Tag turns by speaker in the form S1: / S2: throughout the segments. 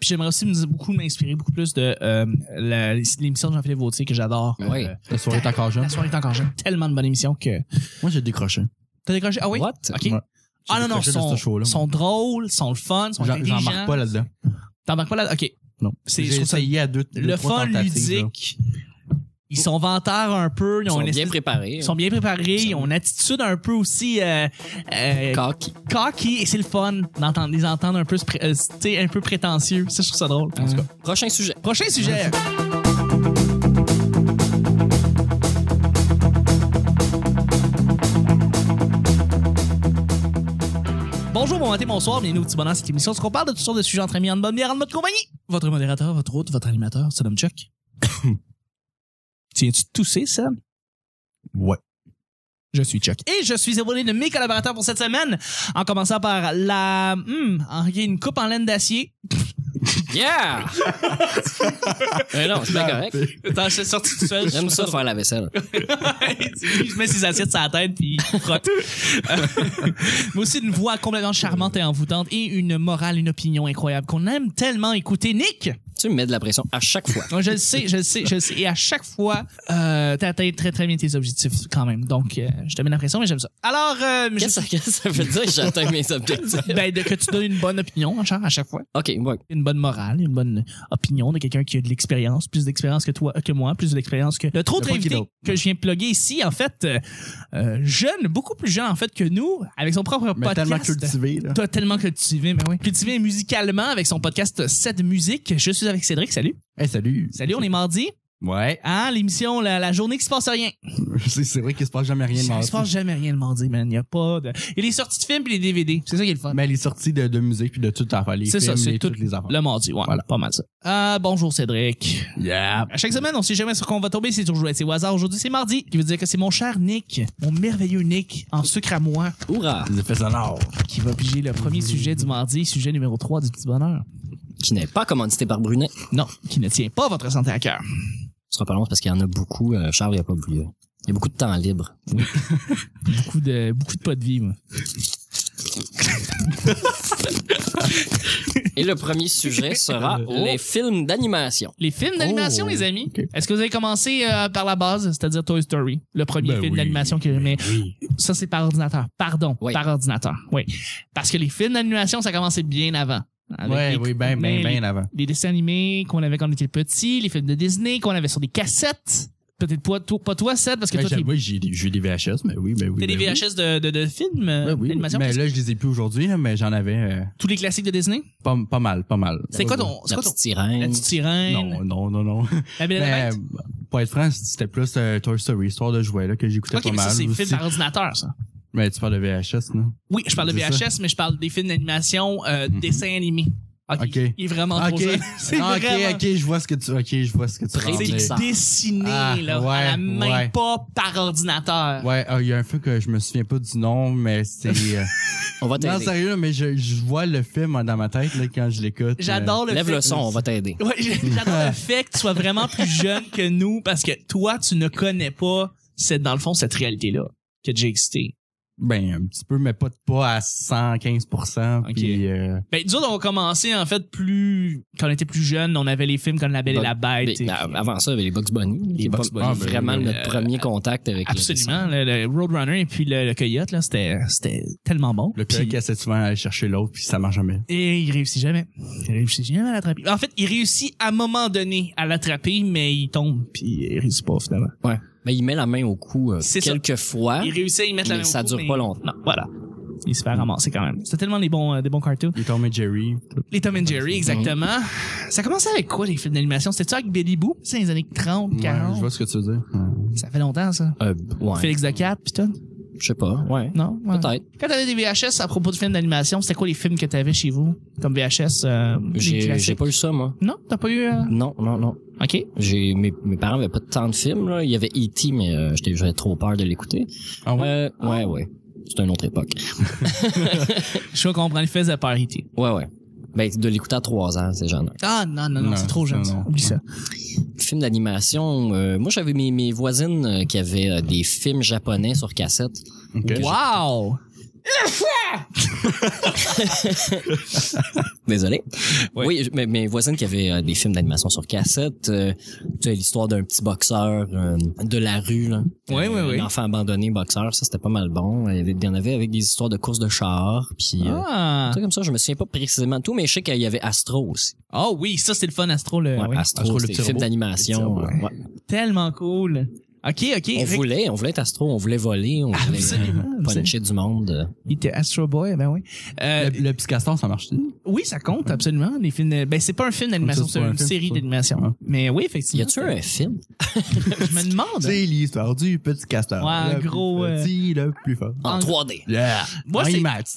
S1: j'aimerais aussi me- beaucoup m'inspirer beaucoup plus de euh, la- l'émission de Jean-Philippe Vautier que j'adore.
S2: Oui.
S1: Euh,
S3: La soirée est encore jeune.
S1: la soirée est encore jeune. Tellement de bonnes émissions que.
S3: Moi, j'ai décroché.
S1: T'as décroché? Ah oui?
S2: What?
S1: OK.
S3: Ouais.
S1: Ah non, non,
S3: décroché de
S1: sont,
S3: ce show-là, moi.
S1: sont drôles, sont le fun, sont
S3: J'en- J'en
S1: intelligents.
S3: marque pas là-dedans.
S1: T'en marques pas là? OK.
S3: Non.
S1: C'est- je
S3: J'ai
S1: trouve ça-
S3: essayé à deux, deux,
S1: le
S3: trois
S1: fun
S3: tentatives, là.
S1: ludique. Ils sont vantards un peu. Ils,
S2: Ils
S1: ont
S2: sont
S1: une
S2: bien
S1: espèce-
S2: préparés. hein.
S1: ils sont bien préparés. Ils ont une attitude un peu aussi... Euh, euh,
S2: Cocky.
S1: cocky. Et c'est le fun d'entendre les entendre un peu, se pré- euh, tu sais, un peu prétentieux. Ça, je trouve ça drôle. En tout cas.
S2: Prochain sujet.
S1: Prochain sujet. Bonjour, bon matin, bonsoir, bienvenue au petit bonheur, cette émission. Ce qu'on parle de toutes sortes de sujets entre amis, en bonne bière, en mode compagnie. Votre modérateur, votre hôte, votre animateur, c'est l'homme Chuck. Tiens-tu de tousser, Sam?
S3: Ouais.
S1: Je suis Chuck. Et je suis abonné de mes collaborateurs pour cette semaine, en commençant par la... hmm, en- une coupe en laine d'acier.
S2: Yeah! Mais Euh, non, c'est bien correct.
S1: Attends, je suis sorti tout seul.
S2: J'aime ça faire la vaisselle.
S1: je mets ses assiettes sur la tête puis il frotte. Mais aussi une voix complètement charmante et envoûtante et une morale, une opinion incroyable qu'on aime tellement écouter. Nick,
S2: Tu me mets de la pression à chaque fois.
S1: moi, je le sais, je le sais, je le sais. Et à chaque fois, euh, t'as atteint très très bien tes objectifs quand même. Donc, euh, je te mets la pression, mais j'aime ça. Alors, euh, je-
S2: Qu'est-ce que qu'est-ce que ça veut dire que j'atteins mes objectifs?
S1: ben, de- que tu donnes une bonne opinion genre, à chaque fois.
S2: OK, ouais.
S1: Une bonne morale, une bonne opinion de quelqu'un qui a de l'expérience, plus d'expérience que toi, que moi, plus d'expérience que notre autre
S3: pas
S1: invité
S3: Guido.
S1: que je viens plugger ici, en fait, euh, euh, jeune, beaucoup plus jeune en fait que nous, avec son propre
S3: Mais
S1: podcast.
S3: tellement cultivé, là.
S1: Toi, tellement cultivé, mais oui. Cultivé musicalement avec son podcast 7 musiques. Je suis avec Cédric, salut.
S3: Hey, salut.
S1: Salut, on est mardi.
S3: Ouais.
S1: Hein, l'émission, la, la journée qui se passe rien.
S3: C'est c'est vrai qu'il se passe jamais rien de
S1: Il se
S3: mal.
S1: passe jamais rien le mardi, man. Il y a pas de... Il y a les sorties de films puis les DVD. C'est ça qui est le fun.
S3: Mais les sorties de, de musique puis de toute affaire, les
S1: C'est ça,
S3: films,
S1: c'est
S3: les-
S1: tout-
S3: toutes les affaires.
S1: Le mardi, ouais.
S3: Voilà.
S1: Pas mal ça. Ah, bonjour Cédric.
S3: Yeah.
S1: À chaque semaine, on sait jamais sur quoi on va tomber, c'est toujours joué. C'est au hasard. Aujourd'hui, c'est mardi. Qui veut dire que c'est mon cher Nick, mon merveilleux Nick, en sucre à moi,
S2: Hourra!
S3: Les effets sonores.
S1: qui va piger le premier sujet du mardi, sujet numéro 3 du petit bonheur.
S2: Qui n'est pas commandité par Brunet.
S1: Non, qui ne tient pas votre santé à cœur.
S2: Ce sera pas long parce qu'il y en a beaucoup. Euh, Charles, il n'y a pas oublié. Il y a beaucoup de temps libre.
S1: Beaucoup de, beaucoup de pas de vie, moi.
S2: Et le premier sujet sera
S1: Oh.
S2: les films d'animation.
S1: Les films d'animation, les amis.
S3: Oh, ok.
S1: Est-ce que vous avez commencé euh, par la base, c'est-à-dire Toy Story, le premier
S3: Ben
S1: film
S3: oui.
S1: d'animation que j'aimais? Ça, c'est par ordinateur. Pardon,
S2: Oui.
S1: par ordinateur. Oui. Parce que les films d'animation, ça commençait bien avant. Avec
S3: Ouais,
S1: les
S3: oui, ben, ben,
S1: Disney, les
S3: ben avant.
S1: les dessins animés qu'on avait quand on était petit, les films de Disney qu'on avait sur des cassettes. Peut-être pas, toi- pas toi, Seth, parce que
S3: Ben,
S1: toi,
S3: j'ai-
S1: t'es
S3: oui, j'ai des- j'ai des VHS, mais oui, mais oui.
S1: t'as des
S3: ben oui.
S1: VHS de, de, de films, euh,
S3: Ben oui,
S1: d'animation,
S3: mais
S1: parce-
S3: là, Ben, je les ai plus aujourd'hui, là, mais j'en avais euh,
S1: tous les classiques de Disney.
S3: pas, pas mal, pas mal.
S1: C'est quoi ton... C'est
S2: La
S1: quoi ton...
S2: petite sirène.
S1: La petite sirène,
S3: Non, non, non, non.
S1: la belle et la
S3: Mais,
S1: bête.
S3: euh, pour être franc, c'était plus euh, Toy Story, histoire de jouets, là, que j'écoutais
S1: Ok,
S3: pas
S1: mais ça,
S3: mal.
S1: c'est
S3: aussi.
S1: film par ordinateur, ça.
S3: Mais tu parles de VHS, non?
S1: Oui, je parle de
S3: C'est ça. Mhm.
S1: VHS, mais je parle des films d'animation, euh, dessins animés. Ok.
S3: Ok.
S1: Il est vraiment trop
S3: Ok,
S1: jeune. C'est
S3: Ah, ok,
S1: vraiment-
S3: ok, je vois ce que tu, ok, je vois ce que tu
S2: Très
S3: rends, mais-
S2: Pixar.
S1: Dessiné,
S3: Ah,
S1: là,
S3: ouais,
S1: à la main,
S3: ouais.
S1: pas par ordinateur.
S3: Ouais, ah, il y a un film que je me souviens pas du nom, mais c'est. euh,
S2: On va
S3: non,
S2: t'aider.
S3: sérieux, mais je, je vois le film dans ma tête là, quand je l'écoute. euh,
S1: J'adore le
S2: Lève
S1: fait-
S2: le son, on va t'aider.
S1: Ouais, j'adore le fait que tu sois vraiment plus jeune que nous parce que toi, tu ne connais pas cette, dans le fond, cette réalité-là que j'ai existé.
S3: Euh, Ben, un petit peu, mais pas, pas à 115%.
S1: Ok.
S3: Puis, euh,
S1: Ben, nous autres, on a commencé, en fait, plus, quand on était plus jeune, on avait les films comme La Belle et la
S2: Mais, ah,
S1: Bête. et-
S2: mais ben, avant ça, il y avait les Bugs Bunny.
S1: Les
S2: qui est
S1: Bugs euh,
S2: pas-
S3: Bunny,
S2: Vraiment
S3: oui, oui.
S2: notre premier contact avec le dessin.
S1: Absolument, le, le Roadrunner et puis le, le Coyote, là, c'était, c'était tellement bon.
S3: le
S1: Puis-
S3: pire qui essaie souvent à aller chercher l'autre, puis ça marche jamais.
S1: Et il réussit jamais. Il réussit jamais à l'attraper. En fait, il réussit à un moment donné à l'attraper, mais il tombe puis il réussit pas finalement.
S2: Ouais. Mais il met la main au cou euh,
S1: C'est ça.
S2: quelques fois.
S1: Il réussit à y mettre la
S2: Mais
S1: main au
S2: ça
S1: cou,
S2: dure
S1: mais-
S2: pas longtemps.
S1: Non, voilà. Il se fait ramasser quand même. C'était tellement des bons, euh, des bons cartoons.
S3: Il tombe Jerry.
S1: Les Tom and Jerry, exactement. Ça commençait avec quoi, les films d'animation? C'était-tu avec Billy Boo? C'est les années 30,
S3: Ouais,
S1: 40?
S3: je vois ce que tu veux dire.
S1: Ça fait longtemps, ça.
S2: Euh, ouais.
S1: Félix de Cat, pis tout?
S2: Je sais pas. Ouais.
S1: Non? Ouais.
S2: Peut-être.
S1: Quand t'avais des VHS à propos de films d'animation, c'était quoi les films que t'avais chez vous? Comme VHS, euh, les
S2: J'ai
S1: classiques?
S2: j'ai pas eu ça, moi.
S1: Non? T'as pas eu... euh,
S2: Non, non, non.
S1: OK.
S2: J'ai mes, mes parents avaient pas tant de films là. Il y avait E.T. mais euh, j'étais- j'avais trop peur de l'écouter.
S3: Ah ouais?
S2: Euh, ouais, ouais. C'est une autre époque.
S1: Je suis comprendre les faits de parité.
S2: Ouais, ouais. Ben de l'écouter à trois ans, ces gens-là.
S1: Ah, non, non, non,
S3: Non,
S1: c'est trop jeune,
S3: non,
S1: ça.
S3: non.
S1: Oublie ça.
S2: Films d'animation. euh, moi, j'avais mes, mes voisines euh, qui avaient euh, des films japonais sur cassette.
S3: Ok.
S2: Wow!
S1: Wow!
S2: Désolé.
S1: Ouais.
S2: Oui, je- mes, mes voisines qui avaient euh, des films d'animation sur cassette, euh, tu sais, l'histoire d'un petit boxeur euh, de la rue, là. Euh,
S1: Ouais, ouais, ouais.
S2: Un enfant abandonné, boxeur, ça, c'était pas mal bon. Il y avait- il y en avait avec des histoires de courses de chars, puis... euh,
S1: Ah.
S2: des trucs comme ça, je me souviens pas précisément de tout, mais je sais qu'il y avait Astro aussi.
S1: Oh oui, ça c'est le fun Astro le.
S2: Ouais,
S1: Ben oui.
S2: Astro,
S3: Astro, le
S2: c'était
S3: petit
S2: un film
S3: robot.
S2: d'animation.
S3: Le petit
S2: euh, ouais.
S1: Tellement cool. OK, OK.
S2: On
S1: Rick,
S2: voulait, on voulait être Astro, on voulait voler, on voulait
S1: Absolument,
S2: euh, puncher du monde.
S1: il était Astro Boy, ben oui. Euh,
S3: Le, le petit castor, ça marche
S1: oui, ça compte absolument. Les films de- ben c'est pas un film d'animation,
S3: Comme ça,
S1: c'est
S3: c'est pas un
S1: une
S3: film,
S1: série
S3: ça.
S1: d'animation.
S3: Ouais.
S1: Mais oui,
S2: Y
S1: effectivement.
S2: a-tu un film?
S1: Je me demande.
S3: C'est l'histoire du petit castor.
S1: Ah, ben. Ouais,
S3: le
S1: gros,
S3: plus petit, le plus fort.
S1: En-
S2: En 3D.
S3: Yeah.
S1: Moi,
S3: En
S1: c'est-
S3: IMAX.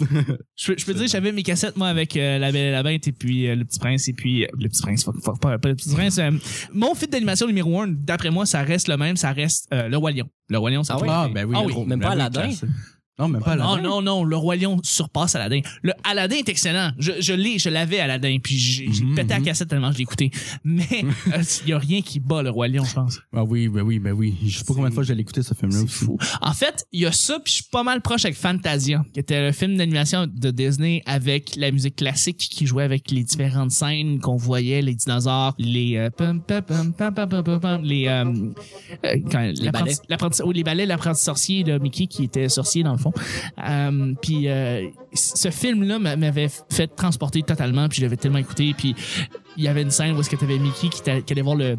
S1: Je, je peux dire, j'avais mes cassettes, moi, avec euh, La Belle et la Bête, et puis euh, Le Petit Prince, et puis euh, Le Petit Prince, fuck, fuck, pas, pas Le Petit Prince. euh, mon film d'animation numéro un, d'après moi, ça reste le même, ça reste euh, Le Roi Lion. Le Roi Lion, ça
S2: Ah oui?
S1: va.
S3: Ah, ben oui.
S1: Ah
S3: le
S1: oui.
S3: gros-
S2: Même
S3: ben
S2: pas
S3: oui,
S2: Aladdin?
S3: classique. Non, même pas
S1: Ah, Non,
S3: Aladdin.
S1: non, non, le Roi Lion surpasse Aladdin. Le Aladdin est excellent. Je, je l'ai, je l'avais Aladdin, puis j'ai j'ai
S3: Mhm,
S1: pété la
S3: mhm.
S1: cassette tellement je l'ai écouté. Mais euh, il y a rien qui bat le Roi Lion, je pense.
S3: Ah oui, ben oui, ben oui. Je sais pas combien de fois j'ai écouté ce film-là.
S1: C'est
S3: aussi.
S1: fou. En fait, il y a ça, puis je suis pas mal proche avec Fantasia, qui était le film d'animation de Disney avec la musique classique qui jouait avec les différentes scènes qu'on voyait, les dinosaures, les euh, pum, pum, pum, pum, pum, pum, pum, pum, les euh, euh, quand- l'apprenti-
S2: ballets.
S1: l'apprenti- oh, les ballets, l'apprenti sorcier de Mickey qui était sorcier dans le fond. Euh, puis euh, ce film-là m'a- m'avait fait transporter totalement, puis je l'avais tellement écouté, puis il y avait une scène où est-ce que t'avais Mickey qui, t'a- qui allait voir le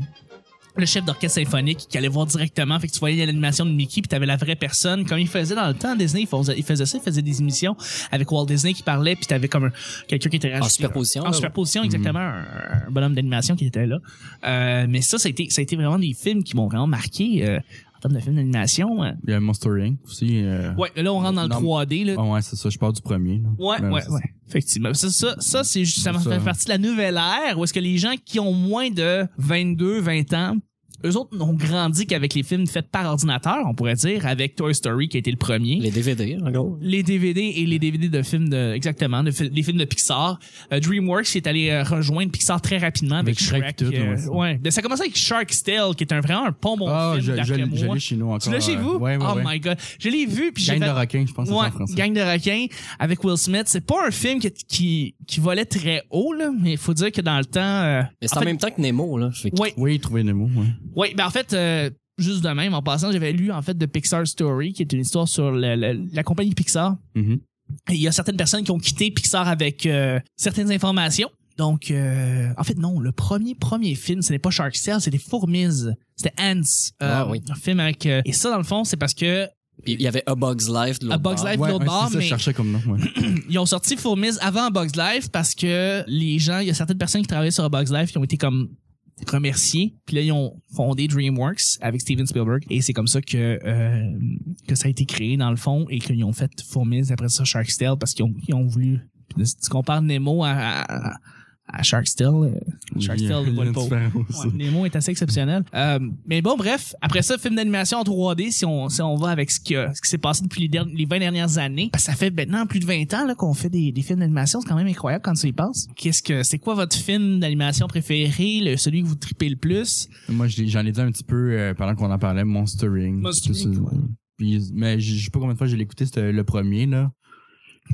S1: le chef d'orchestre symphonique qui allait voir directement. Fait que tu voyais l'animation de Mickey, puis t'avais la vraie personne. Comme il faisait dans le temps, Disney, il faisait, il faisait ça, il faisait des émissions avec Walt Disney qui parlait, puis t'avais comme un- quelqu'un qui était
S2: En superposition.
S1: en
S2: là. Mhm.
S1: superposition, exactement, un, un bonhomme d'animation qui était là. Euh, mais ça, ça a, été, ça a été vraiment des films qui m'ont vraiment marqué euh, en termes de films d'animation. euh.
S3: Il y a Monster Inc. aussi. euh,
S1: Ouais, là, on rentre dans le
S3: Non.
S1: 3D, là.
S3: Ah ouais, c'est ça. Je pars du premier. là.
S1: Ouais,
S3: Ben,
S1: ouais,
S3: c'est-
S1: ouais. Effectivement. Ça, ça, ça c'est juste- ça
S3: C'est
S1: fait
S3: ça. hein.
S1: partie de la nouvelle ère où est-ce que les gens qui ont moins de 22, 20 ans, eux autres ont grandi qu'avec les films faits par ordinateur, on pourrait dire, avec Toy Story qui a été le premier. Les
S2: Les DVD, en gros.
S1: DVD et les DVD de films de exactement de fi- les films de Pixar Euh, DreamWorks est allé euh, rejoindre Pixar très rapidement avec,
S3: Avec Shrek
S1: Shrek,
S3: tout,
S1: euh,
S3: ouais.
S1: ouais Mais ça commence avec Shark's Tale qui est un vraiment un bon bon
S3: Ah, je,
S1: film
S3: je,
S1: d'après
S3: l'ai- je
S1: moi
S3: l'ai chez nous encore. euh,
S1: tu l'as chez vous
S3: Ouais, ouais,
S1: oh
S3: ouais.
S1: my god je l'ai vu puis j'ai
S3: Gang
S1: fait
S3: de requins, je pense que c'est ça
S1: Ouais,
S3: en français.
S1: Gang de requins avec Will Smith. C'est pas un film qui, qui, qui volait très haut, là, mais il faut dire que dans le temps. euh,
S2: Mais c'est
S1: en
S2: en,
S1: fait-
S2: même temps que Nemo, là. Fait que-
S1: ouais,
S3: Oui, trouver Nemo, ouais.
S1: ouais, ben en fait, euh, juste de même, en passant, j'avais lu en fait de Pixar Story, qui est une histoire sur le- le- la compagnie Pixar.
S3: Mhm.
S1: Et Il y a certaines personnes qui ont quitté Pixar avec euh, certaines informations. Donc, euh, en fait, non, le premier, premier film, ce n'est pas Shark's Tale, c'était Fourmise. C'était Ants. euh,
S2: Ah oui.
S1: Un film avec... euh, et ça, dans le fond, c'est parce que
S2: Puis Il y avait A Bug's Life. de l'autre
S1: A Bug's
S2: bord.
S1: Life,
S3: Ouais,
S1: l'autre
S3: ouais,
S1: bord,
S3: c'est ça,
S1: mais-
S3: je cherchais comme nom. Ouais.
S1: ils ont sorti Fourmise avant Bugs Life parce que les gens, il y a certaines personnes qui travaillaient sur Bugs Life qui ont été comme remerciés. Puis là, ils ont fondé DreamWorks avec Steven Spielberg. Et c'est comme ça que, euh, que ça a été créé dans le fond et qu'ils ont fait Fourmise après ça Shark's Tale parce qu'ils ont, ils ont voulu. Puis Si tu compares Nemo à, à, à Shark's Tale, euh, Shark's
S3: Il y a-
S1: Tale,
S3: il y a
S1: le
S3: une
S1: pauvre.
S3: différence.
S1: Ouais, Nemo est assez exceptionnel. Euh, mais bon, bref, après ça, film d'animation en 3D, si on, si on va avec ce qui, a- ce qui s'est passé depuis les, derni- les 20 dernières années, parce que ça fait maintenant plus de 20 ans là, qu'on fait des, des films d'animation, c'est quand même incroyable quand tu y penses. Qu'est-ce que, c'est quoi votre film d'animation préféré, le, celui que vous tripez le plus?
S3: Moi, je l'ai- j'en ai dit un petit peu euh, pendant qu'on en parlait, Monster Inc.
S1: Monster
S3: Tout ça,
S1: Inc, ouais.
S3: Puis, mais je je sais pas combien de fois j'ai écouté c'était le premier, là.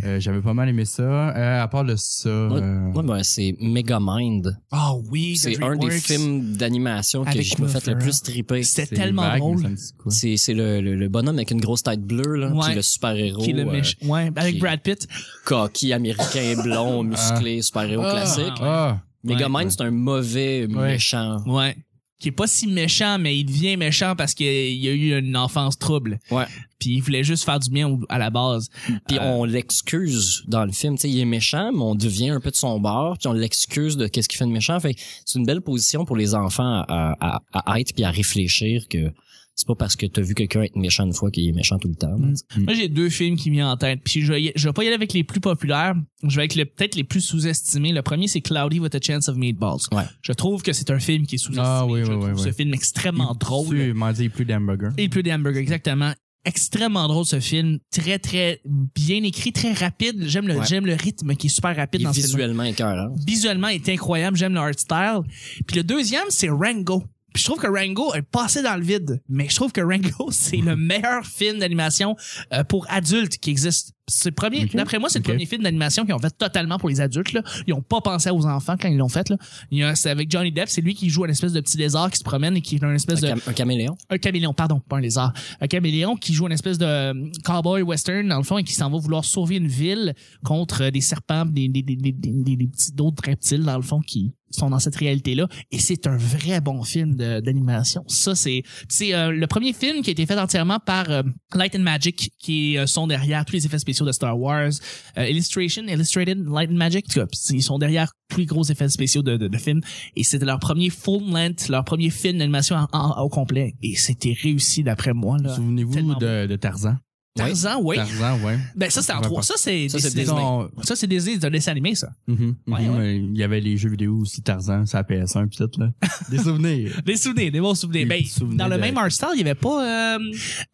S3: Euh, J'avais pas mal aimé ça. Euh, à part de ça. euh,
S2: Ouais, ben, c'est Megamind.
S1: Ah oui,
S2: C'est un des films d'animation que
S1: Avec
S2: je me
S1: Will
S2: fait le
S1: Ferrell.
S2: plus triper.
S1: C'était
S3: c'est
S1: tellement
S3: vague, mais
S1: drôle.
S3: ça me dit quoi.
S2: C'est c'est le, le, le bonhomme avec une grosse tête bleue, là,
S1: Ouais.
S2: puis le super-héros
S1: Qui est le
S2: euh,
S1: méch- ouais, avec
S2: qui-
S1: Brad Pitt.
S2: coquille américain,
S1: Ah.
S2: blond, musclé, super-héros
S3: Ah.
S2: classique.
S3: Ah!
S2: Megamind, c'est un mauvais
S3: Ouais.
S2: méchant.
S1: Ouais. Qui est pas si méchant, mais il devient méchant parce qu'il y a eu une enfance trouble.
S2: Ouais.
S1: Puis il voulait juste faire du bien au- à la base.
S2: Puis
S1: Euh.
S2: on l'excuse dans le film. Tu sais, il est méchant, mais on devient un peu de son bord, puis on l'excuse de qu'est-ce qu'il fait de méchant. Fait que c'est une belle position pour les enfants à, à, à être puis à réfléchir que c'est pas parce que t'as vu quelqu'un être méchant une fois qu'il est méchant tout le temps. là.
S1: Moi, j'ai deux films qui me viennent en tête. Puis je vais, y- je vais pas y aller avec les plus populaires. Je vais avec le, peut-être les plus sous-estimés. Le premier, c'est Cloudy with a Chance of Meatballs.
S2: Ouais.
S1: Je trouve que c'est un film qui est sous-estimé.
S3: Ah oui,
S1: je
S3: oui,
S1: trouve
S3: oui,
S1: ce
S3: oui.
S1: film extrêmement drôle.
S3: Tu m'en dis plus d'hamburger.
S1: Et le plus des hamburgers, exactement. Extrêmement drôle ce film. Très, très bien écrit, très rapide. J'aime le,
S2: Ouais.
S1: j'aime le rythme qui est super rapide
S2: Il est
S1: dans ce film
S2: visuellement écœurant.
S1: visuellement il est incroyable, j'aime le art style. Puis le deuxième, c'est Rango. Puis Puis je trouve que Rango est passé dans le vide, mais je trouve que Rango, c'est le meilleur film d'animation euh, pour adultes qui existe. C'est le premier,
S3: Ok.
S1: d'après moi, c'est
S3: Ok.
S1: le premier film d'animation qu'ils ont fait totalement pour les adultes, là. Ils ont pas pensé aux enfants quand ils l'ont fait, là. Il y a- C'est avec Johnny Depp, c'est lui qui joue un espèce de petit lézard qui se promène et qui est un espèce de
S2: Un, cam- un caméléon.
S1: un caméléon, pardon, pas un lézard, un caméléon qui joue une espèce de euh, cowboy western dans le fond et qui s'en va vouloir sauver une ville contre euh, des serpents, des, des, des, des, des- des petits d'autres reptiles dans le fond qui sont dans cette réalité là et c'est un vrai bon film de- d'animation. Ça c'est c'est euh, le premier film qui a été fait entièrement par euh, Light and Magic qui euh, sont derrière tous les effets spéciaux de Star Wars, euh, Illustration, Illustrated, Light and Magic, en tout cas, ils sont derrière tous les gros effets spéciaux de, de, de films et c'était leur premier full length, leur premier film d'animation en- en- au complet. Et c'était réussi d'après moi. Là.
S3: Souvenez-vous
S1: euh, Tellement
S3: de, de Tarzan.
S1: Tarzan, oui.
S3: Tarzan, ouais.
S1: Ben ça c'est en
S3: Ouais,
S1: trois.
S3: pas-
S1: Ça c'est
S2: Ça, c'est
S1: Disney.
S2: Disney.
S3: On-
S1: Ça c'est Disney, c'est un dessin animé ça.
S3: Mhm, mhm,
S1: Ouais, ouais.
S3: mais Il y avait les jeux vidéo aussi, Tarzan, ça PS1 pis tout, là. Des souvenirs.
S1: Des souvenirs, des bons souvenirs.
S3: Des
S1: Ben,
S3: petits souvenirs
S1: dans le
S3: de-
S1: même art style, il y avait pas euh,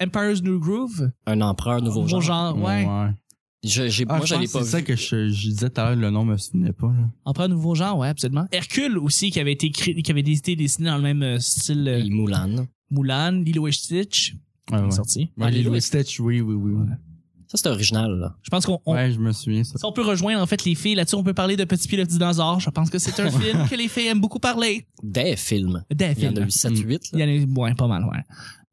S1: Empire's New Groove,
S2: Un empereur nouveau
S1: Bon
S2: genre.
S1: genre, Ah, ouais.
S2: Je- j'ai-
S3: Ah,
S2: moi,
S3: je
S2: je l'ai
S3: pense que
S2: pas
S3: c'est ça
S2: vu.
S3: que je, je disais tout à l'heure, le nom me souvenait pas, là.
S1: Empereur nouveau genre, ouais, absolument. Hercule aussi, qui avait été écrit, qui avait été dessiné dans le même euh, style euh,
S2: Et Moulin.
S1: Mulan, Lilo et Stitch,
S3: Ouais, ouais.
S1: sorti.
S3: Ouais,
S2: Ah,
S3: les
S2: Lilo
S3: Lilo
S2: et
S3: et Stitch, oui, oui, oui. oui.
S2: Ça, c'est original, là.
S1: Je pense qu'on on-
S3: Ouais, je me souviens, ça.
S1: Si on peut rejoindre en fait les filles là-dessus, on peut parler de Petit Pied le dinosaure. Je pense que c'est un film que les filles aiment beaucoup parler.
S2: Des films.
S1: Des
S2: Il y en a
S1: films.
S2: eu 7,
S3: Mm.
S2: 8,
S1: Il y en a eu ouais, pas mal, ouais.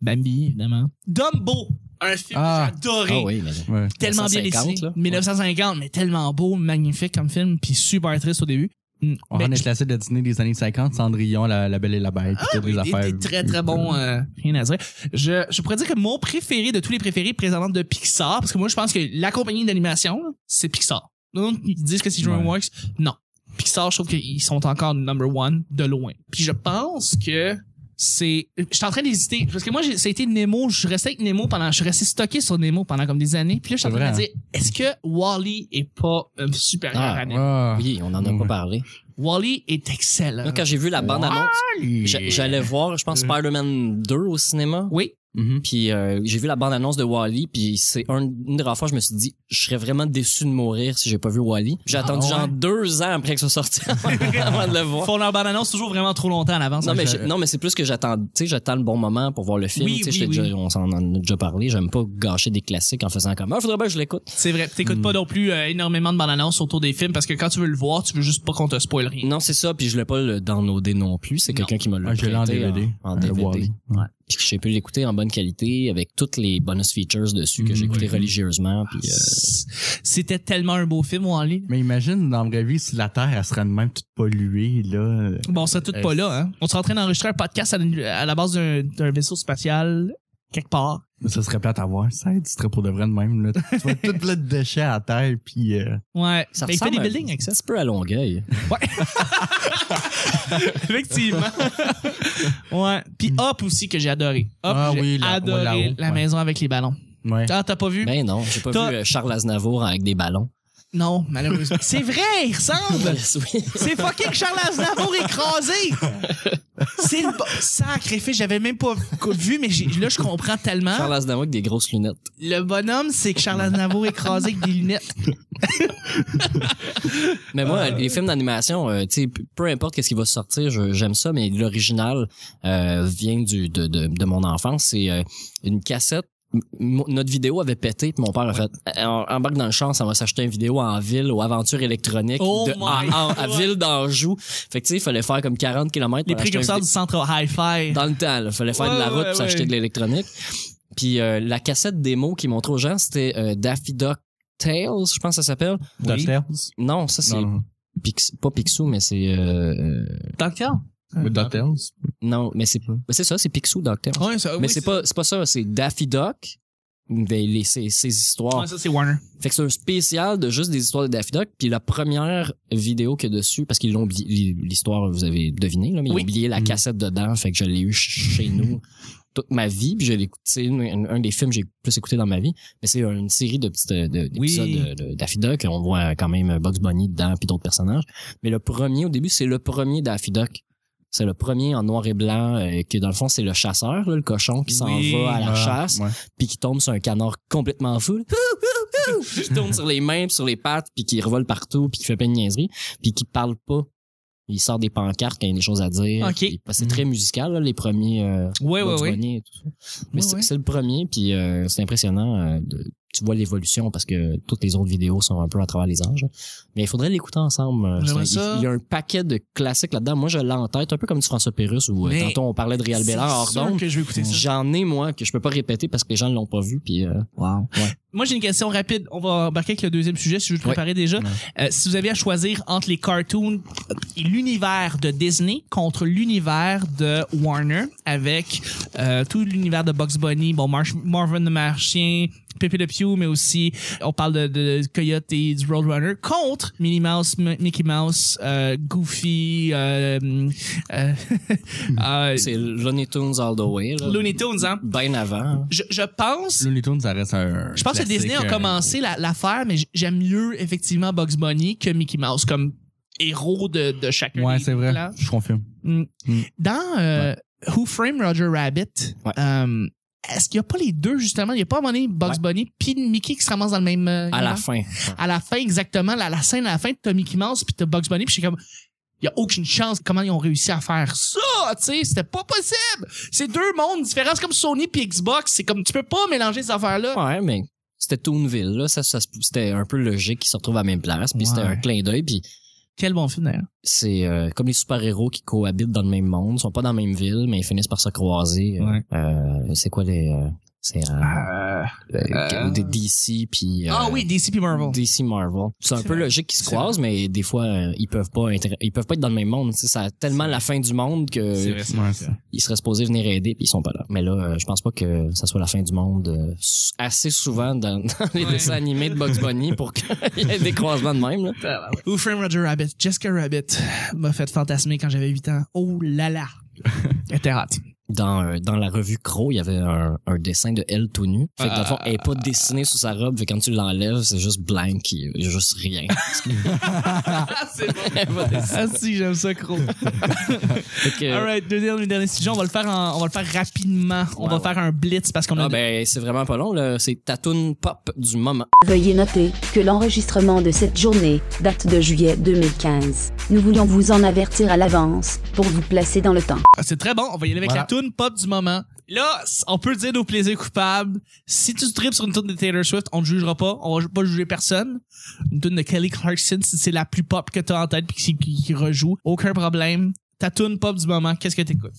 S1: Bambi, évidemment. Dumbo, un film
S3: Ah.
S1: que j'ai adoré.
S2: Ah oui, mais
S3: Ouais.
S1: Tellement bien
S2: 1950,
S1: dessiné.
S2: là.
S1: 1950, mais tellement beau, magnifique comme film, puis super triste au début. Mm.
S3: On
S1: Ben,
S3: rentre dans les
S1: je- Ah,
S3: classiques de Disney des années 50, Cendrillon, La, la Belle et la Bête, toutes les
S1: des,
S3: affaires. Mm-hmm.
S1: des très très bons, euh, rien à dire. Je, je pourrais dire que mon préféré de tous les préférés présentant de Pixar, parce que moi je pense que la compagnie d'animation, là, c'est Pixar. Non, ils disent que c'est
S3: Ouais.
S1: DreamWorks. Non. Pixar, je trouve qu'ils sont encore number one de loin. Puis je pense que c'est je suis en train d'hésiter parce que moi j'ai- ça a été Nemo je restais avec Nemo pendant je suis resté stocké sur Nemo pendant comme des années puis là je suis en
S3: C'est
S1: train de
S3: vrai, hein.
S1: dire est-ce que Wally est pas euh, supérieur
S2: Ah,
S1: à Nemo
S3: Ah.
S2: oui, on en a pas
S3: Ouais.
S2: parlé.
S1: Wally est excellent
S2: Moi, quand j'ai vu la bande-annonce, j'a- j'allais voir, je pense,
S3: Euh.
S2: Spider-Man 2 au cinéma.
S1: oui
S3: Mhm.
S2: Puis euh, j'ai vu la bande-annonce de Wally, puis c'est un, une des rares fois je me suis dit, je serais vraiment déçu de mourir si j'ai pas vu Wally. Puis J'ai attendu
S3: Ah
S2: genre
S3: ouais?
S2: deux ans après que ça sorti avant de le voir.
S1: font leur bande annonce toujours vraiment trop longtemps en avance
S2: Non mais,
S3: je-
S2: j'ai- non, mais c'est plus que j'attends, tu sais, j'attends le bon moment pour voir le film.
S1: Oui,
S2: tu sais,
S1: oui,
S2: je t'ai
S1: oui.
S2: déjà- on s'en en a déjà parlé. J'aime pas gâcher des classiques en faisant comme, ah, faudrait bien que je l'écoute.
S1: C'est vrai. T'écoutes
S3: Hmm.
S1: pas non plus euh, énormément de bandes annonces autour des films parce que quand tu veux le voir, tu veux juste pas qu'on te spoil rien.
S2: Non, c'est ça, puis je l'ai pas le downloadé non plus. C'est
S1: Non.
S2: quelqu'un qui me l'a
S3: Ah, je l'ai en
S2: prêté
S3: DVD.
S2: En, en
S3: euh,
S2: DVD.
S3: Wall-E. Ouais.
S2: Puis que j'ai pu l'écouter en bonne qualité avec toutes les bonus features dessus que j'ai
S3: Mhm.
S2: écouté
S1: Ah,
S2: religieusement.
S3: Hmm.
S2: Puis, euh,
S1: C- C'était tellement un beau film, Wally.
S3: Mais imagine, dans la vraie vie, si la Terre, elle serait de même toute polluée, là.
S1: Bon, ça tout
S3: Euh,
S1: pas là, hein. On s'est en train d'enregistrer un podcast à, la- à la base d'un d'un vaisseau spatial quelque part.
S3: Mais ça serait plate à voir. Ça, tu serais pour de vrai de même, là. Tu vois tout plein de déchets à la Terre, puis... euh,
S1: Ouais.
S2: ça
S1: Ben, il fait
S2: ressemble
S1: des
S2: à-
S1: buildings avec ça.
S2: Un petit peu à Longueuil.
S1: Effectivement. ouais. Puis Hop aussi que j'ai adoré. Hop,
S3: Hmm. Ah
S1: j'ai
S3: oui, la-
S1: adoré
S3: ouais,
S1: la,
S3: là-haut, ouais.
S1: maison avec les ballons.
S3: Ouais.
S1: Ah, t'as pas vu?
S2: Ben non, j'ai pas
S1: T'as-
S2: vu euh, Charles Aznavour avec des ballons.
S1: Non, malheureusement. C'est vrai, il ressemble.
S2: Yes, oui.
S1: C'est fucking Charles Aznavour écrasé! C'est le bon sacrifice, j'avais même pas cou- vu, mais j'ai- là, je comprends tellement.
S2: Charles Aznavour avec des grosses lunettes.
S1: Le bonhomme, c'est que Charles Aznavour écrasé avec des lunettes.
S2: Mais moi, les films d'animation, euh, tu sais, p- peu importe qu'est-ce qui va sortir, je- j'aime ça, mais l'original euh, vient du, de, de, de mon enfance. C'est euh, une cassette. M- m- notre vidéo avait pété, puis mon père a fait euh, on embarque dans le champ, ça va s'acheter une vidéo en ville aux aventures électroniques
S1: Oh
S2: de-
S1: my
S2: en- en- à
S1: God.
S2: ville d'Anjou. Fait que tu sais, il fallait faire comme 40 km
S1: Les précurseurs du centre hi-fi.
S2: dans le temps, il fallait faire de la
S1: Ouais,
S2: route
S1: ouais,
S2: pour s'acheter
S1: ouais.
S2: de l'électronique. Puis euh, la cassette démo qui montrait aux gens, c'était euh, Daffy Duck Tales, je pense que ça s'appelle.
S3: DuckTales?
S2: Non, ça c'est
S3: Non, non.
S2: Pix- pas Picsou, mais c'est euh, euh,
S1: Docteur?
S3: Mais DuckTales?
S2: non, mais c'est mais c'est ça, c'est Picsou Docteur.
S1: Ouais, Ah ça,
S2: mais c'est pas c'est pas ça, c'est Daffy Duck. Ben, les, ses, ses histoires.
S1: Ouais, ça, c'est Warner.
S2: Fait que c'est un spécial de juste des histoires de Daffy Duck. Puis la première vidéo que dessus, parce qu'ils l'ont oublié, l'histoire, vous avez deviné, là, mais ils
S1: Oui.
S2: ont oublié la
S3: Mm.
S2: cassette dedans. Fait que je l'ai eu ch- chez nous toute ma vie. Puis je l'ai écouté, c'est une- un, un des films que j'ai plus écouté dans ma vie. Mais c'est une série de petites euh, de-
S1: Oui.
S2: d'épisodes de, de Daffy Duck. On voit quand même Bugs Bunny dedans, puis d'autres personnages. Mais le premier, au début, c'est le premier Daffy Duck. C'est le premier en noir et blanc, euh, qui dans le fond, c'est le chasseur, là, le cochon qui s'en
S1: Oui.
S2: va à la
S3: Ah,
S2: chasse
S3: ouais.
S2: puis qui tombe sur un canard complètement fou, là. Ouh, ouh, ouh, qui tourne sur les mains, puis sur les pattes, puis qui revole partout, puis qui fait plein de niaiseries, puis qui parle pas. Il sort des pancartes quand il y a des choses à dire.
S1: Ok.
S2: Puis, parce que
S3: Mm.
S2: c'est très musical, là, les premiers. euh,
S1: Ouais, ouais,
S2: Bugs
S1: ouais.
S2: Bunny et tout ça. Mais
S3: Ouais,
S2: c'est
S3: ouais.
S2: c'est le premier, puis euh, c'est impressionnant. euh, de- tu vois l'évolution parce que toutes les autres vidéos sont un peu à travers les âges. Mais il faudrait l'écouter ensemble. euh,
S1: J'aimerais
S2: c'est-
S1: ça.
S2: Il, il y a un paquet de classiques là-dedans. Moi, je l'ai en tête, un peu comme du François Pérusse où euh,
S1: Mais
S2: tantôt on parlait de Réal Bellard hors
S1: C'est sûr
S2: d'onde.
S1: que je vais
S3: Mm.
S1: écouter ça.
S2: J'en ai, moi, que je peux pas répéter parce que les gens ne l'ont pas vu. Puis, euh, wow.
S1: Moi, j'ai une question rapide. On va embarquer avec le deuxième sujet, si je vous le préparais déjà.
S2: Ouais.
S1: Euh, si vous aviez à choisir entre les cartoons et l'univers de Disney contre l'univers de Warner, avec euh, tout l'univers de Bugs Bunny, bon, Marsh- Marvin le Marchien, Pépé le Pew, mais aussi, on parle de, de Coyote et du Roadrunner, contre Minnie Mouse, M- Mickey Mouse, euh, Goofy, euh, euh, euh,
S2: C'est Looney Tunes All the Way. Là.
S1: Looney Tunes, hein?
S2: Bien avant.
S1: Je, je pense
S3: Looney Tunes, ça reste un.
S1: Je pense que
S3: classique,
S1: Disney a
S3: euh,
S1: commencé la- l'affaire, mais j- j'aime mieux effectivement Bugs Bunny que Mickey Mouse comme héros de, de chacun.
S3: Ouais,
S1: des
S3: c'est vrai.
S1: plans.
S3: Je confirme.
S1: Mm.
S3: Mm.
S1: Dans euh, Who Framed Roger Rabbit,
S2: Ouais.
S1: euh, est-ce qu'il n'y a pas les deux justement? Il n'y a pas à un moment donné Bugs
S2: Ouais.
S1: Bunny puis Mickey qui se ramassent dans le même. euh,
S2: À la
S1: univers?
S2: fin.
S1: À la fin, exactement. À la scène à la fin, t'as Mickey Mouse puis t'as Bugs Bunny puis je suis comme. Il n'y a aucune chance comment ils ont réussi à faire ça, tu sais, c'était pas possible. C'est deux mondes différents, c'est comme Sony puis Xbox, c'est comme tu peux pas mélanger ces affaires-là.
S2: Ouais, mais c'était Toonville. Là. Ça, ça se- c'était un peu logique qu'ils se retrouvent à la même place. Puis c'était
S3: Ouais.
S2: un clin d'œil. Puis
S1: Quel bon film d'ailleurs.
S2: c'est euh, comme les super-héros qui cohabitent dans le même monde, sont pas dans la même ville, mais ils finissent par se croiser. Euh,
S3: Ouais.
S2: euh, c'est quoi les... euh, c'est euh, euh, des DC, puis... euh,
S1: Ah oui, DC puis Marvel.
S2: DC Marvel. C'est un
S1: C'est
S2: peu
S1: vrai.
S2: logique qu'ils se
S1: C'est
S2: croisent, mais des fois, euh, ils peuvent pas inter- ils peuvent pas être dans le même monde. Tu sais, Ça a tellement la fin du monde que
S3: c'est vrai, ça.
S2: ils seraient supposés venir aider, puis ils sont pas là. Mais là, euh, je pense pas que ça soit la fin du monde euh, s- assez souvent dans, dans les
S1: Ouais. Ah,
S2: dessins animés de Bugs Bunny pour qu'il y ait des croisements de même. là.
S1: Who Framed Roger Rabbit, Jessica Rabbit m'a fait fantasmer quand j'avais 8 ans. Oh là là. Elle était hot.
S2: dans, euh, dans la revue Crow, il y avait un, un dessin de elle tout nu. Fait que dans le fond, elle n'est pas dessinée sous sa robe. Fait que quand tu l'enlèves, c'est juste blank. Il y a juste rien.
S1: Ah si, j'aime ça, gros.
S2: Fait que,
S1: Alright, deuxième et dernier sujet, on va le faire, en- on va le faire rapidement. On
S2: Ouais,
S1: va
S2: ouais.
S1: faire un blitz parce qu'on a...
S2: ah ben, c'est vraiment pas long. là. C'est ta toune pop du moment.
S4: Veuillez noter que l'enregistrement de cette journée date de juillet 2015. Nous voulions vous en avertir à l'avance pour vous placer dans le temps.
S1: Ah, C'est très bon, on va y aller avec
S3: Voilà.
S1: la tune pop du moment. Là, c- on peut dire nos plaisirs coupables. Si tu tripes sur une tune de Taylor Swift, on ne jugera pas, on va ju- pas juger personne. Une tune de Kelly Clarkson, si c'est la plus pop que tu as en tête puis qui, qui- qui rejoue, aucun problème. Ta tune pop du moment, qu'est-ce que t'écoutes?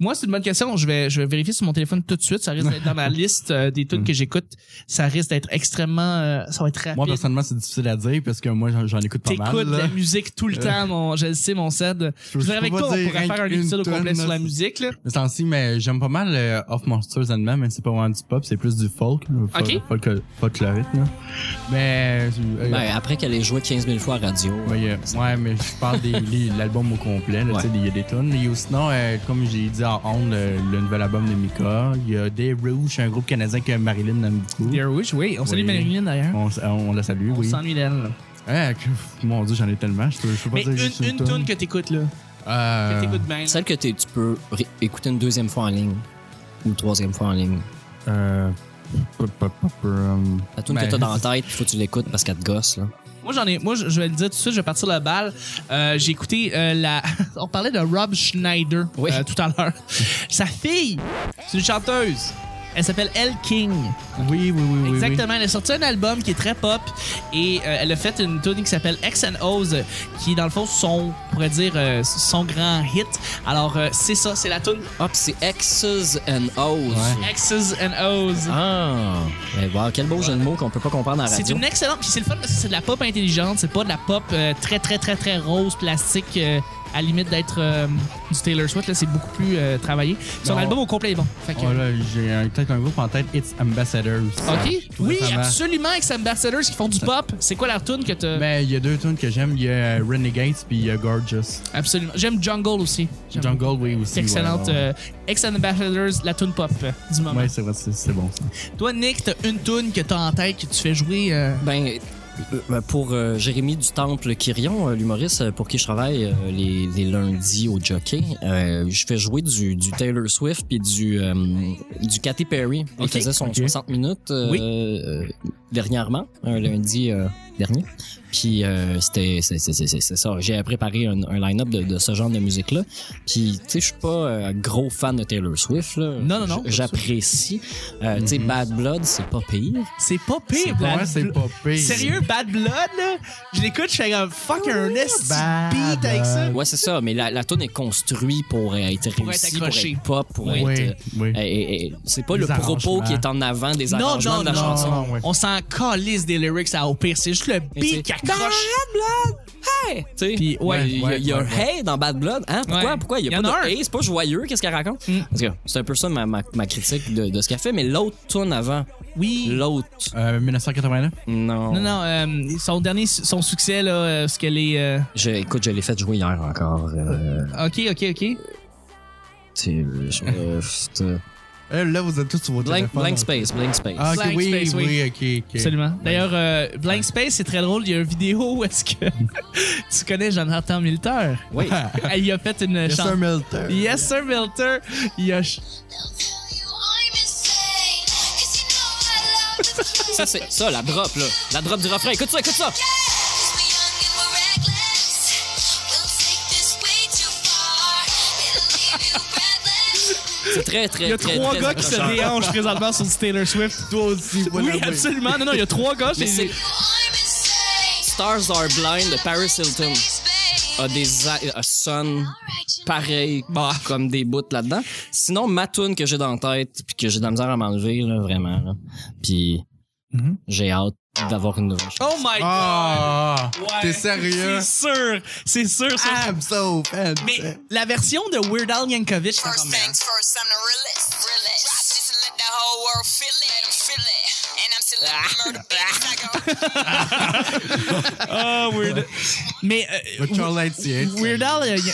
S1: Moi, c'est une bonne question. Je vais, je vais vérifier sur mon téléphone tout de suite. Ça risque d'être dans ma liste euh, des
S3: Hmm.
S1: tunes que j'écoute. Ça risque d'être extrêmement... euh, ça va être rapide.
S3: Moi, personnellement, c'est difficile à dire parce que moi, j'en- j'en écoute pas mal.
S1: T'écoutes
S3: là. Euh.
S1: la musique tout le temps, mon, je le sais, mon Sad. Je
S3: je
S1: dirais
S3: peux
S1: avec
S3: pas
S1: toi, on
S3: dire
S1: pourrait
S3: rien
S1: faire un
S3: qu'une
S1: épisode au complet
S3: tonne,
S1: sur
S3: là,
S1: la
S3: c'est-
S1: musique, là.
S3: Mais c'est ainsi, mais j'aime pas mal euh, Off Monsters and Men, même si c'est pas vraiment du pop, c'est plus du folk, là, fol-
S1: Ok.
S3: folk- euh, folklorique. Là. Mais. euh,
S2: Ben, après qu'elle ait joué 15 000 fois à radio.
S3: ouais, euh, ouais, mais je parle des- les- de l'album au complet, là, tu sais, il y a des tunes. Et sinon, euh, comme j'ai dit en ondes, euh, le nouvel album de Mika, il y a Day Rouge, un groupe canadien que Marilyn aime beaucoup.
S1: Dear Wish, oui. On salue
S3: Mmh. Oui.
S1: Marilyn d'ailleurs.
S3: On, s- on la salue,
S1: On
S3: oui.
S1: s'ennuie d'elle.
S3: Ouais, que- mon dieu, j'en ai tellement, je peux, je peux pas
S1: Mais
S3: dire
S1: une,
S3: juste
S1: une tune que t'écoutes là.
S3: Euh,
S1: Que t'écoutes bien.
S2: Celle que t'es- tu peux ré- écouter une deuxième fois en ligne. Ou troisième fois en ligne.
S3: euh, pop, pop, pop, euh,
S2: La toune
S3: Ben,
S2: que t'as dans la tête, il faut que tu l'écoutes parce qu'elle te gosse. Là.
S1: Moi j'en ai. Moi je je vais le dire tout de suite, je vais partir la balle. Euh, J'ai écouté euh, la. On parlait de Rob Schneider
S2: Oui.
S1: euh, tout à l'heure. Sa fille, c'est une chanteuse. Elle s'appelle Elle King.
S3: Oui, oui, oui, oui.
S1: Exactement. Elle a sorti un album qui est très pop et euh, elle a fait une tune qui s'appelle X and O's, euh, qui est dans le fond son, on pourrait dire, euh, son grand hit. Alors euh, c'est ça, c'est la tune
S2: Ah, puis c'est X's and O's.
S3: Ouais.
S1: X's and O's.
S2: Ah! Ben, wow, quel beau jeu de mots qu'on peut pas comprendre à la radio.
S1: C'est une excellente. Puis c'est le fun parce que c'est de la pop intelligente, c'est pas de la pop euh, très très très très rose plastique euh, à la limite d'être euh, du Taylor Swift là, c'est beaucoup plus euh, travaillé. Son
S3: Non.
S1: album au complet est bon. Fait que- euh,
S3: Oh là, j'ai un- peut-être un groupe en tête, It's Ambassadors.
S1: OK.
S3: Tout
S1: Oui,
S3: récemment.
S1: absolument avec Sam Ambassadors qui font du pop. C'est quoi la tune que t'as
S3: Mais il y a deux tunes que j'aime, il y a Renegades puis il y a Gorgeous.
S1: Absolument. J'aime Jungle aussi. J'aime beaucoup.
S3: Jungle Way aussi.
S1: C'est excellente.
S3: ouais, ouais.
S1: euh, Ex and Ambassadors, la tune pop euh, du moment.
S3: Ouais, c'est vrai, c'est c'est bon ça.
S1: Toi, Nick, t'as une tune que t'as en tête que tu fais jouer. euh,
S2: Ben, euh, euh, pour euh, Jérémy du Temple Quirion, euh, l'humoriste euh, pour qui je travaille euh, les, les lundis au jockey, euh, je fais jouer du, du Taylor Swift puis du, euh, du Katy Perry. Il
S1: Ok,
S2: faisait son
S3: ok.
S2: 60 minutes euh,
S1: Oui.
S2: euh, dernièrement, un lundi euh, dernier. Puis euh, c'était c'est- c'est- c'est- c'est- c'est ça. J'ai préparé un, un line-up de, de ce genre de musique-là. Puis tu sais, je suis pas euh, gros fan de Taylor Swift. Là.
S1: Non, non, Mm-hmm. non.
S2: J- J'apprécie. Euh, Tu sais, Bad Blood, c'est pas pire.
S1: C'est pas
S3: C'est
S1: pire,
S3: pas-
S1: Bad
S3: ouais, c'est
S1: Blood.
S3: pas pire.
S1: Sérieux, Bad Blood, là? Je l'écoute, je fais comme fuck un esti de beat avec ça.
S2: Ouais, c'est ça. Mais la, la tune est construite pour euh, être
S1: Pour être
S2: réussie,
S1: accrochée.
S2: pour être pop, pour
S3: Oui,
S2: être. euh,
S3: oui.
S2: eh, eh, eh, c'est pas le
S3: Les
S2: propos
S3: arrangements.
S2: qui est en avant des
S1: Non,
S2: arrangements
S1: non,
S2: de la
S1: non.
S2: chanson.
S3: Non, ouais.
S1: On s'en calisse des lyrics à au pire. C'est juste le beat
S2: tu
S1: qui
S2: sais,
S1: accroche.
S2: Tu sais,
S1: Puis, ouais,
S2: ouais, il y a-
S3: ouais,
S2: il y a
S3: ouais,
S2: un hey dans Bad Blood, hein? Pourquoi?
S1: Ouais.
S2: Pourquoi? Il y
S1: Il y
S2: a
S1: en
S2: pas
S1: a un.
S2: de hey, c'est pas joyeux, qu'est-ce qu'elle raconte?
S1: Mm.
S2: Parce que c'est un peu ça ma, ma, ma critique de, de ce qu'elle fait, mais l'autre tourne avant.
S1: Oui.
S2: L'autre,
S3: Euh, 1989.
S2: non.
S1: Non, non, euh, son dernier, son succès, là, euh, ce qu'elle est. euh,
S2: Je- écoute, je l'ai fait jouer hier encore. euh,
S1: Ok, ok, ok.
S2: tu sais, euh, c'est, euh,
S3: Euh, Là, vous êtes tous sur votre
S2: blank,
S3: téléphone.
S2: blank Space, Blank Space.
S3: Ah, ok,
S1: Blank
S3: oui,
S1: space, oui.
S3: oui, ok, ok.
S1: Absolument. D'ailleurs, euh, Blank Space, c'est très drôle. Il y a une vidéo où est-ce que tu connais Jonathan Milter.
S2: Oui.
S1: Il a fait une
S3: Yes, sir,
S1: chanson.
S3: Milton.
S1: Yes, sir, Milter. Il a ch-
S2: ça, c'est ça, la drop, là. La drop du refrain. Écoute ça, écoute ça. C'est très, très,
S1: Il y a
S2: très,
S1: trois
S2: très
S1: gars qui se
S2: accrocheur.
S1: déhanchent présentement sur du Taylor Swift.
S3: Toi aussi, voilà,
S1: Oui, absolument. Non, non, il y a trois gars.
S2: Mais c'est Stars Are Blind de Paris Hilton. uh, a des a- a son pareil comme des bouts là-dedans. Sinon, ma tune que j'ai dans la tête puis que j'ai de la misère à m'enlever là, vraiment là. Puis j'ai hâte d'avoir une nouvelle. chanson.
S1: Mhm. Oh my
S3: Ah,
S1: god.
S3: t'es
S1: Ouais.
S3: sérieux? Ah,
S1: C'est sûr. C'est sûr. c'est sûr.
S3: I'm so fed.
S1: Mais la version de Weird Al Yankovic, c'est
S5: First
S1: encore meilleur.
S5: things first, I'm the realest. realest. Drop this and let the whole world feel it. Let 'em feel it. And I'm still a
S2: Ah.
S5: murder bitch. I go.
S1: Ah, Weird. Mais euh,
S3: Le Charles Lightyear.
S1: Weird Al, euh, y-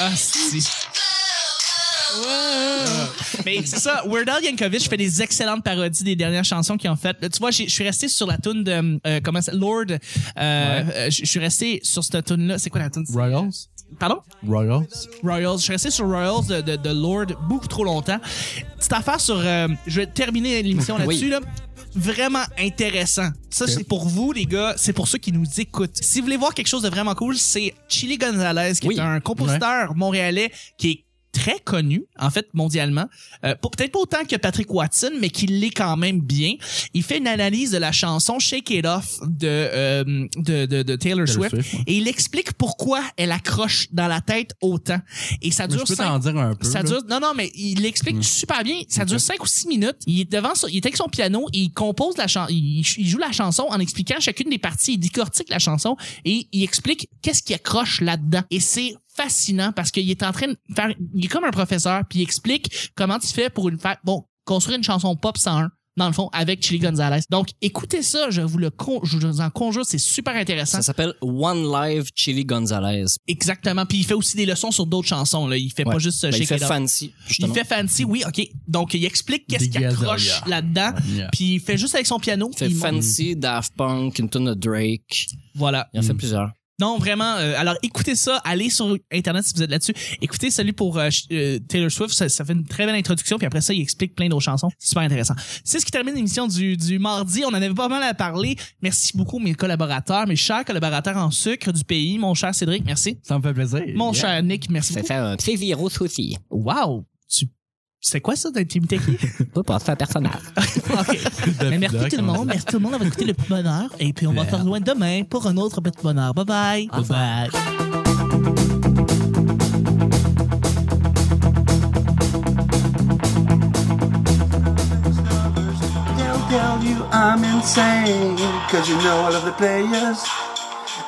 S1: Ah, si.
S5: oh,
S3: Ah.
S1: Mais c'est ça, Weird Al Yankovic fait des excellentes parodies des dernières chansons qu'ils ont faites. Là, Tu vois, j'ai- je suis resté sur la tune de euh, comment ça, Lord. euh, euh, je je suis resté sur cette tune là. C'est quoi la tune
S3: Royals?
S1: Pardon?
S3: Royals?
S1: Royals. Je suis resté sur Royals de, de, de Lord beaucoup trop longtemps. Petite affaire sur. euh, je vais terminer l'émission
S2: Oui.
S1: là-dessus. là. Vraiment intéressant. Ça, c'est pour vous, les gars. C'est pour ceux qui nous écoutent. Si vous voulez voir quelque chose de vraiment cool, c'est Chili Gonzalez, qui
S2: Oui.
S1: est un compositeur montréalais qui est très connu, en fait, mondialement. Euh, pas- Peut-être pas autant que Patrick Watson, mais qui l'est quand même bien. Il fait une analyse de la chanson Shake It Off de, euh, de, de, de Taylor, Swift.
S3: Swift, ouais.
S1: Et il explique pourquoi elle accroche dans la tête autant. Et ça
S3: Mais
S1: dure
S3: Je peux
S1: cinq-
S3: t'en dire un peu.
S1: ça
S3: là. Mm.
S1: dure, non, non, mais il l'explique super bien. Ça dure 5 ou 6 minutes. Il est devant, son- il est avec son piano et il compose la chanson, il, il joue la chanson en expliquant chacune des parties. Il décortique la chanson et il explique qu'est-ce qui accroche là-dedans. Et c'est fascinant parce qu'il est en train de faire, il est comme un professeur puis il explique comment tu fais pour une faire, bon, construire une chanson pop 101 dans le fond avec Chili Gonzalez. Donc écoutez ça, je vous le con- je vous en conjure, c'est super intéressant.
S2: Ça s'appelle One Live Chili Gonzalez.
S1: Exactement. Puis il fait aussi des leçons sur d'autres chansons. Là. Il fait pas
S2: Ouais.
S1: juste euh,
S2: Ben, il
S1: Shake
S2: fait
S1: It Up.
S2: fancy.
S1: Il
S2: Justement.
S1: fait fancy, oui, ok. Donc il explique qu'est-ce qui
S3: Des
S1: accroche
S3: gazelles.
S1: là-dedans.
S3: Yeah.
S1: Puis il fait juste avec son piano.
S2: Il fait
S1: il monte.
S2: fancy, Daft Punk, une tune de Drake.
S1: Voilà.
S2: Il en fait plusieurs.
S1: Non, vraiment. euh, alors écoutez ça. Allez sur Internet si vous êtes là-dessus. Écoutez celui pour euh, ch- euh, Taylor Swift. Ça, ça fait une très belle introduction. Puis après ça, il explique plein d'autres chansons. C'est super intéressant. C'est ce qui termine l'émission du, du mardi. On en avait pas mal à parler. Merci beaucoup, mes collaborateurs, mes chers collaborateurs en sucre du pays. Mon cher Cédric, merci.
S3: Ça me fait plaisir.
S1: Mon cher Nick, merci
S2: Ça
S1: beaucoup.
S2: fait un petit virus aussi.
S1: Wow! Tu... C'est quoi ça d'intimité?
S2: Pas passer à personnage.
S1: OK. Mais merci tout le monde. Merci tout le monde d'avoir écouté le petit bonheur. Et puis on va se rejoindre demain pour un autre petit bonheur. Bye bye. Bye bye.
S6: They'll tell you I'm insane. Cause you know all of the players.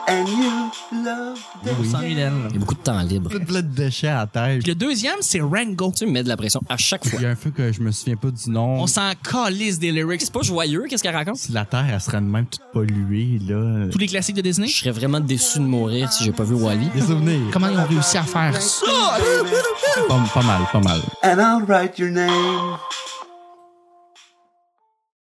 S6: And you love them.
S1: Mm-hmm.
S2: Il y a beaucoup de temps libre.
S3: Plein de- plein de déchets à terre.
S1: Le deuxième, c'est Rango.
S2: Tu me mets de la pression à chaque fois.
S3: Il y a un feu que je me souviens pas du nom.
S1: On s'en calisse des lyrics.
S2: C'est pas joyeux, qu'est-ce qu'elle raconte?
S3: Si la terre, elle serait de même toute polluée, là.
S1: Tous les classiques de Disney.
S2: Je serais vraiment déçu de mourir si j'ai pas vu Wally.
S3: Des souvenirs.
S1: Comment ils ont réussi à faire ça?
S3: Pas, pas mal, pas mal.
S6: And I'll write your name